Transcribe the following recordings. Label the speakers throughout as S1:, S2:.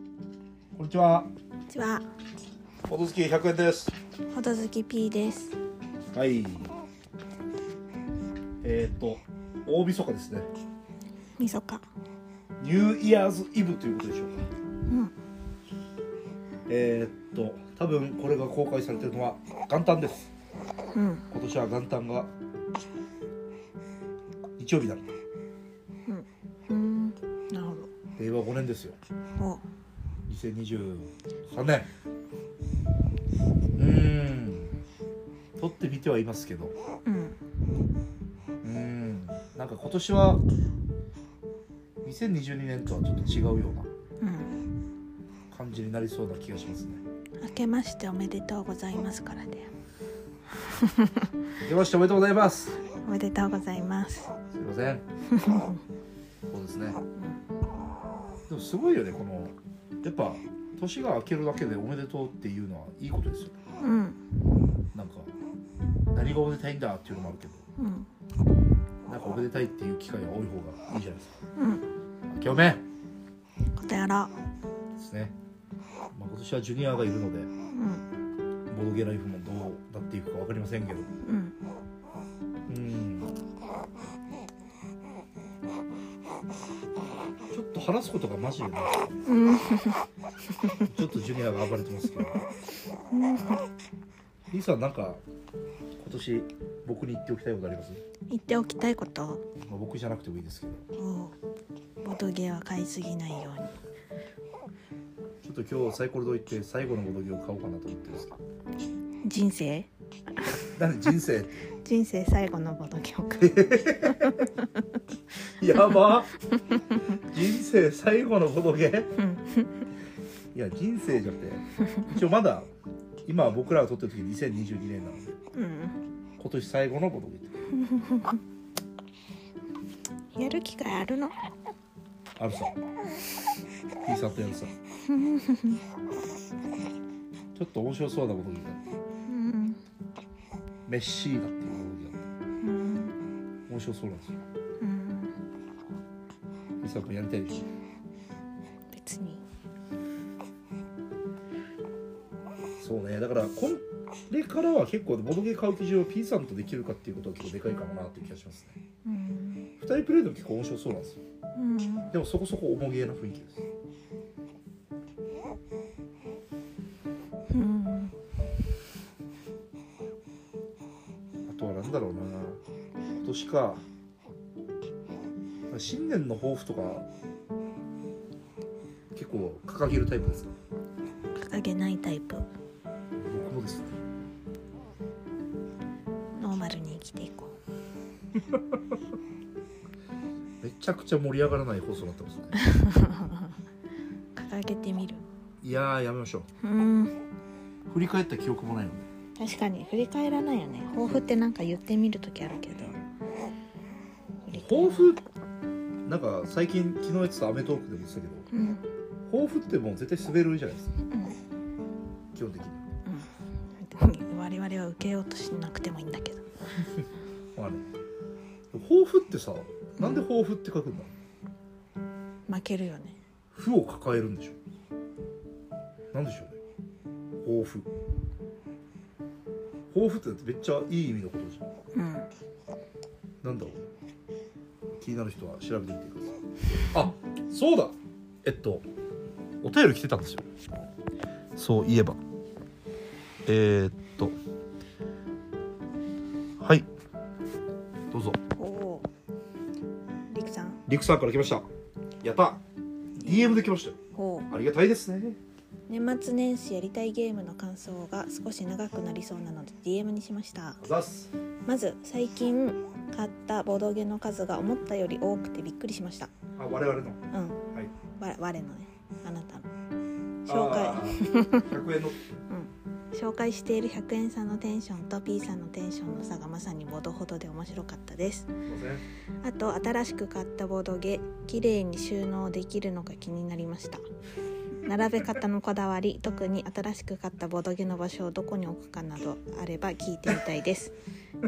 S1: んにちは。
S2: こんにちは、
S1: おとつき100円です。
S2: ほどずき P です。
S1: はい。えっ、と、大晦日ですね。
S2: みそか。
S1: ニューイヤーズイブということでしょうか。えっ、と、多分これが公開されてるのは元旦です。
S2: うん、
S1: 今年は元旦が日曜日だ。
S2: うん、なる
S1: 令和5年ですよ。
S2: ほど。
S1: 2023年。うーん。撮ってみてはいますけど。
S2: お、うん、
S1: うーんなんか今年は2022年とはちょっと違うような
S2: うん、
S1: 感じになりそうな気がしますね
S2: 明けましておめでとうございますからで。
S1: 明けましておめでとうございます
S2: おめでとうございます。
S1: すいませんそうですねでもすごいよねこのやっぱ年が明けるだけでおめでとうっていうのはいいことですよ
S2: うん、
S1: なんか何がおめでたいんだっていうのもあるけど
S2: うん、
S1: なんかおめでたいっていう機会が多い方がいいじゃないですか
S2: うん、
S1: 明けおめで
S2: ことやろ
S1: すね、まあ、今年はジュニアがいるので
S2: う。うん、
S1: ボードゲーライフもどうなっていくか分かりませんけど
S2: うん、
S1: うんちょっと話すことがマジでない
S2: うん、
S1: ちょっとジュニアが暴れてますけどリーさんなんか今年僕に言っておきたいことあります、
S2: 言っておきたいこと。
S1: まあ、僕じゃなくてもいいですけど
S2: をボトゲは買いすぎないよ
S1: ちょっと今日サイコロ堂行って最後のボドゲを買おうかなと思ってるんですけど
S2: うに。人生。
S1: なんで人生
S2: 人生最後のボトゲを買う。
S1: やば人生最後のボドゲ
S2: うん、
S1: いや人生じゃなくて一応まだ今僕らが撮ってる時2022年なので
S2: うん、
S1: 今年最後のボドゲ
S2: やる機会あるの。
S1: あるさ。ピーサとやるさ。ちょっと面白そうなことになった。
S2: うん、
S1: メッシーナっていうことになっ
S2: うん、
S1: た。面白そうなんですよ。
S2: うん。
S1: ピーサー君やりたいでし
S2: 別に
S1: ょ。そうね。だから、こんこれからは結構ボドゲ買う基準をピーさんとできるかっていうことは結構でかいかもなっていう気がしますね。
S2: うん
S1: 二人プレイでも結構面白そうなんですよ。
S2: うん
S1: でもそこそこ重げな雰囲気です。
S2: うん
S1: あとはなんだろうな。今年か。新年の抱負とか、結構掲げるタイプですか
S2: 掲げないタイプ
S1: 僕もですね
S2: ノーマルに生きていこ
S1: めちゃくちゃ盛り上がらない放送になってますね
S2: う掲げてみる
S1: いやーやめましょう
S2: うん
S1: 振り返った記憶もないので
S2: 確かに振り返らないよね抱負ってなんか言ってみる時あるけど
S1: 抱負なんか最近昨日やってた『アメトーーク』でも言ってたけど
S2: うん
S1: 抱負ってもう絶対滑るじゃないですか
S2: うんうん
S1: 基本的に
S2: 我々は受けようとしなくてもいいんだけど
S1: まあね抱負ってさなんで抱負って書くんだろう
S2: 負けるよね
S1: 負を抱えるんでしょなんでしょうね抱負抱負ってだってめっちゃいい意味のことじゃん
S2: うん
S1: なんだろう気になる人は調べてみてくださいあそうだえっとお便り来てたんですよそういえばえーっとはいどうぞ
S2: おおりくさん
S1: リクさんから来ましたやった DM で来ましたよ
S2: おお
S1: ありがたいですね
S2: 年末年始やりたいゲームの感想が少し長くなりそうなので DM にしました
S1: あざっす
S2: まず最近買ったボドゲの数が思ったより多くてびっくりしました
S1: あ我々の
S2: うんわ
S1: はい
S2: 我のねあなたの紹
S1: あ
S2: 介
S1: ー100円の
S2: 紹介している100円さんのテンションと P さんのテンションの差がまさにボドほどで面白かったです
S1: すいません
S2: あと新しく買ったボドゲ綺麗に収納できるのが気になりました並べ方のこだわり特に新しく買ったボドゲの場所をどこに置くかなどあれば聞いてみたいです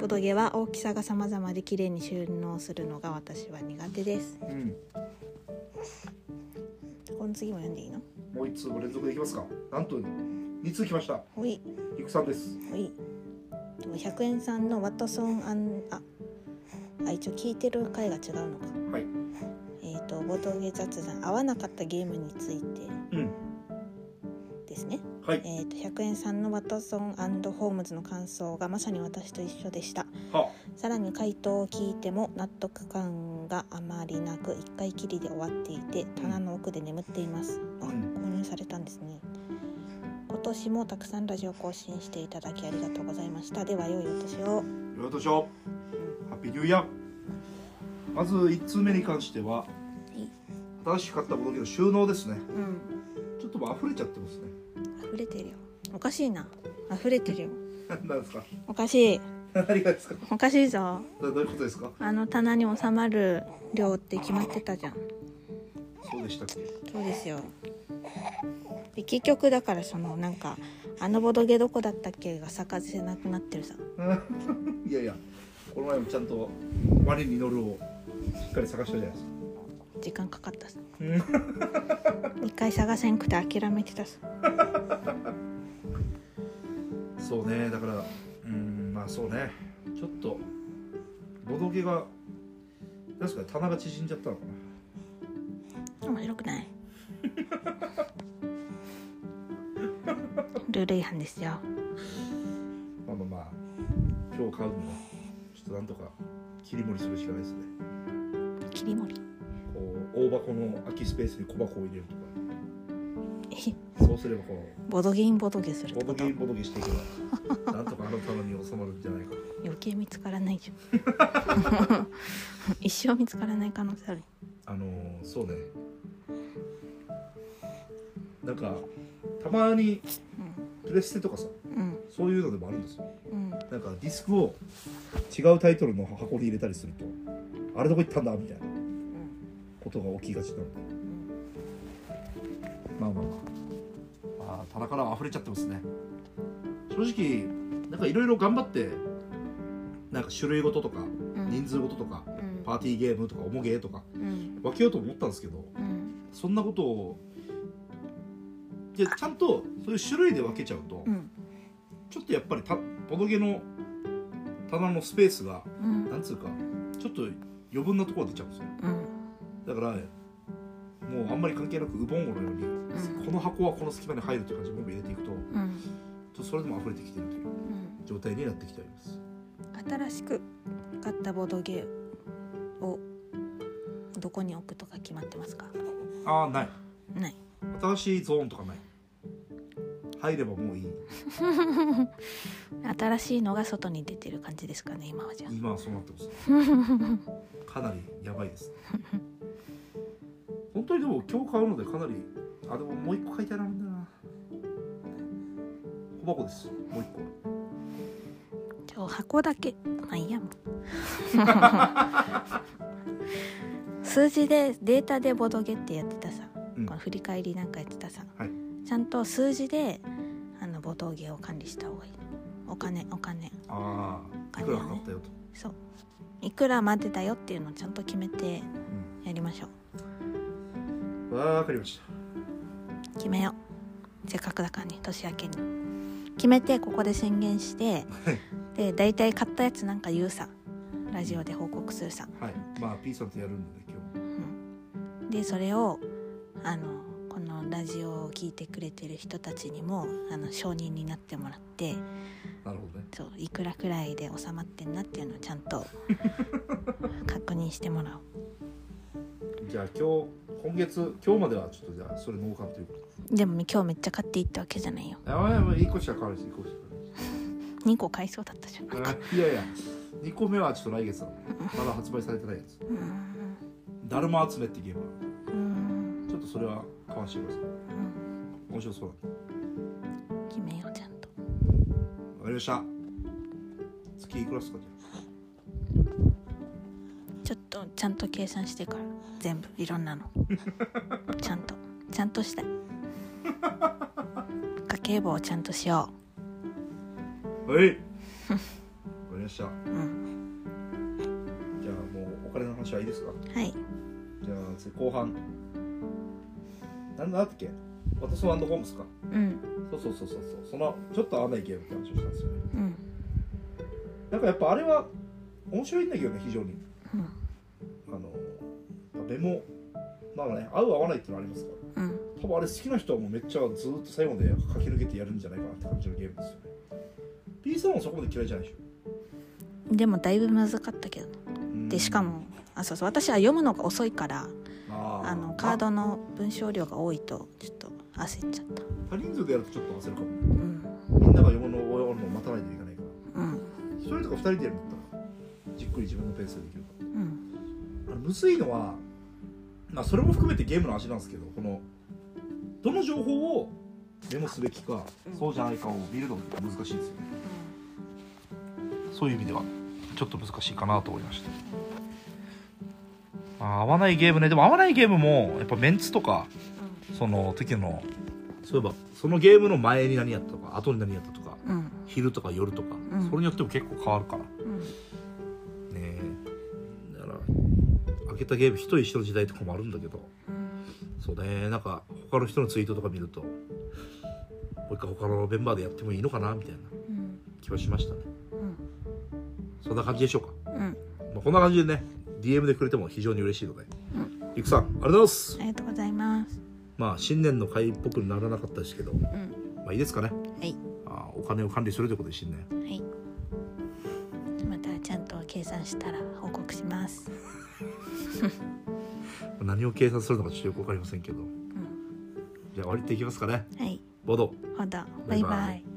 S2: ボドゲは大きさが様々で綺麗に収納するのが私は苦手です
S1: うん
S2: この次も読んでいいの
S1: もう一通ご連続できますかなんと2通来ました
S2: ほい
S1: いくさんです
S2: ほいでも100円さんのワトソンアンああ一応聞いてる回が違うのか
S1: はい
S2: えっ、とボトゲ雑談合わなかったゲームについて
S1: うん
S2: ですね
S1: はい
S2: えー、と100円さんのワトソンホームズの感想がまさに私と一緒でした
S1: は
S2: さらに回答を聞いても納得感があまりなく1回きりで終わっていて棚の奥で眠っていますあ
S1: うん
S2: 購入されたんですね今年もたくさんラジオ更新していただきありがとうございましたでは良いお年を
S1: よろしくハッピーニューイヤーまず1通目に関しては新しく買ったボドゲの収納ですね
S2: うん
S1: ちょっともう溢れちゃってますね
S2: 溢れてるよおかしいな溢れてるよ
S1: 何ですか
S2: おかしい
S1: 何がですか
S2: おかしいぞ
S1: どどういうことですか
S2: あの棚に収まる量って決まってたじゃん
S1: そうでしたっけ
S2: そうですよで結局だからそのなんか「あのボドゲどこだったっけ?」が逆せなくなってるさ
S1: いやいやこの前もちゃんと我に乗るをしっかり探したじゃないですか
S2: 時間かかったさ一回探せんくて諦めてたさ
S1: そうねだからうんまあそうねちょっとボドゲが確かに棚が縮んじゃったのか
S2: 面白くないルール違反ですよ
S1: なまあまあまあ今日買うのはちょっとなんとか切り盛りするしかないですね
S2: 切り盛り
S1: こう大箱の空きスペースに小箱を入れるとか
S2: え
S1: そうすればこ
S2: ボドゲインボドゲするっ
S1: うボド
S2: てこと
S1: ゲボドゲしていけばなんとかあの棚に収まるんじゃないか
S2: 余計見つからないじゃん 一生見つからない可能性ある
S1: あのーそうねなんかたまにプレステとかさ
S2: うん
S1: そういうのでもあるんですよ
S2: うん
S1: なんかディスクを違うタイトルの箱に入れたりするとあれどこ行ったんだみたいな
S2: うん
S1: ことが起きがちなので
S2: うん
S1: まあまあまあまあ棚からは溢れちゃってますね正直なんかいろいろ頑張ってなんか種類ごととか
S2: うん
S1: 人数ごととか
S2: うん
S1: パーティーゲームとか重ゲーとか
S2: うん
S1: 分けようと思ったんですけど
S2: うん
S1: そんなことをいやちゃんとそういう種類で分けちゃうと、
S2: うん
S1: ちょっとやっぱりたボドゲの棚のスペースが
S2: うん
S1: なんつうかちょっと余分なところが出ちゃうんですよ
S2: うん
S1: だからもうあんまり関係なくウボンゴのように、
S2: ん
S1: この箱はこの隙間に入るという感じで僕入れていくとちょ
S2: うん
S1: っとそれでも溢れてきてるという
S2: うん
S1: 状態になってきております
S2: 新しく買ったボードゲーをどこに置くとか決まってますか
S1: ああない
S2: ない
S1: 新しいゾーンとかない入ればもういい
S2: 新しいのが外に出てる感じですかね今はじゃあ
S1: 今はそうなってますね かなりやばいですね本当にでも今日買うのでかなりあでももう一個買いたいなみんだな小箱ですもう一個
S2: じゃあ箱だけまあいい やもう数字でデータでボードゲってやってたさ、
S1: うん
S2: この振り返りなんかやってたさ、
S1: はい
S2: ちゃんと数字であのボードゲを管理した方がいいお金お金
S1: ああいくらかかったよと、
S2: そういくらまでだよっていうのをちゃんと決めてやりましょう
S1: うん、わかりました
S2: 決めようせっかくだからね年明けに決めてここで宣言して
S1: はい
S2: で大体買ったやつなんか言うさラジオで報告するさ
S1: はい、まあ P さんとやるんでね今
S2: でそれをあのこのラジオを聞いてくれてる人たちにもあの承認になってもらって
S1: 日なるほどね
S2: そういくらくらいで収まってんなっていうのをちゃんと確認してもらおう
S1: じゃあ今日今月今日まではちょっとじゃあそれ農家ということ
S2: でも今日めっちゃ買っていったわけじゃないよ
S1: であまあまあ1個しか買わないです1個しか
S2: 2個買いそうだったじゃん
S1: 買わないですいやいや2個目はちょっと来月なのまだ発売されてないやつ
S2: うー
S1: 「
S2: ん
S1: だるま集め」ってゲーム
S2: うーん
S1: ちょっとそれは買わしてください面白そうなんで
S2: 決めようちゃんと
S1: わかりました月いくらですかじゃ
S2: ちょっとちゃんと計算してから全部いろんなのちゃんとちゃんとしたい家計簿をちゃんとしよ
S1: あはいわかりました
S2: ううん
S1: じゃあもうお金の話はいいですか
S2: はい
S1: じゃあ次後半なんだっけ
S3: ワトソンホームスか
S2: うん
S3: そうそうそうそうそうそのちょっと合わないゲームって話をしたんですよね
S2: うん
S3: なんかやっぱあれは面白いんだけどね非常に
S2: うん
S3: あの誰もなんかね合う合わないっていうのありますから
S2: うん
S3: 多分あれ好きな人はもうめっちゃずーっと最後まで駆け抜けてやるんじゃないかなって感じのゲームですよね P さんもそこまで嫌いじゃないでしょ
S2: でもだいぶ難かったけど
S3: うん
S2: でしかもあそうそう私は読むのが遅いから
S3: あー
S2: あのカードの文章量が多いとちょっと焦っちゃった
S3: 多人数でやるとちょっと焦るかも
S2: うん
S3: みんなが読むのを終わるのを待たないといけないから
S2: うん
S3: 一人とか二人でやるんだったらじっくり自分のペースでできるか
S2: うん
S3: らあのむずいのは、まあ、それも含めてゲームの味なんですけどこのどの情報をメモすべきか
S2: うん
S3: そうじゃないかを見るのって難しいですよね
S1: そういう意味ではちょっと難しいかなと思いましたあー合わないゲームねでも合わないゲームもやっぱメンツとかその時のそういえばそのゲームの前に何やったとか後に何やったとか
S2: うんうん
S1: 昼とか夜とか、
S2: うん
S1: それによっても結構変わるからね
S2: うん
S1: えだから開けたゲーム一人一人の時代とかもあるんだけどそうねなんか他の人のツイートとか見るともう一回他のメンバーでやってもいいのかなみたいな
S2: うん
S1: 気はしましたね
S2: うん
S1: そんな感じでしょうか
S2: うん
S1: まあ、こんな感じでね DM でくれても非常に嬉しいので、
S2: う
S1: ゆくさんありがとうございます
S2: ありがとうございます
S1: まあ新年の会っぽくならなかったですけどま
S2: うん
S1: あいいですかね
S2: はい
S1: あーお金を管理するということで新年
S2: はいまたちゃんと計算したら報告します
S1: 何を計算するのかちょっとよくわかりませんけど
S2: うん
S1: じゃあ終わりっていきますかね
S2: はい
S1: ボード
S2: ほど
S1: バイバ
S2: バ
S1: イ
S2: イバイ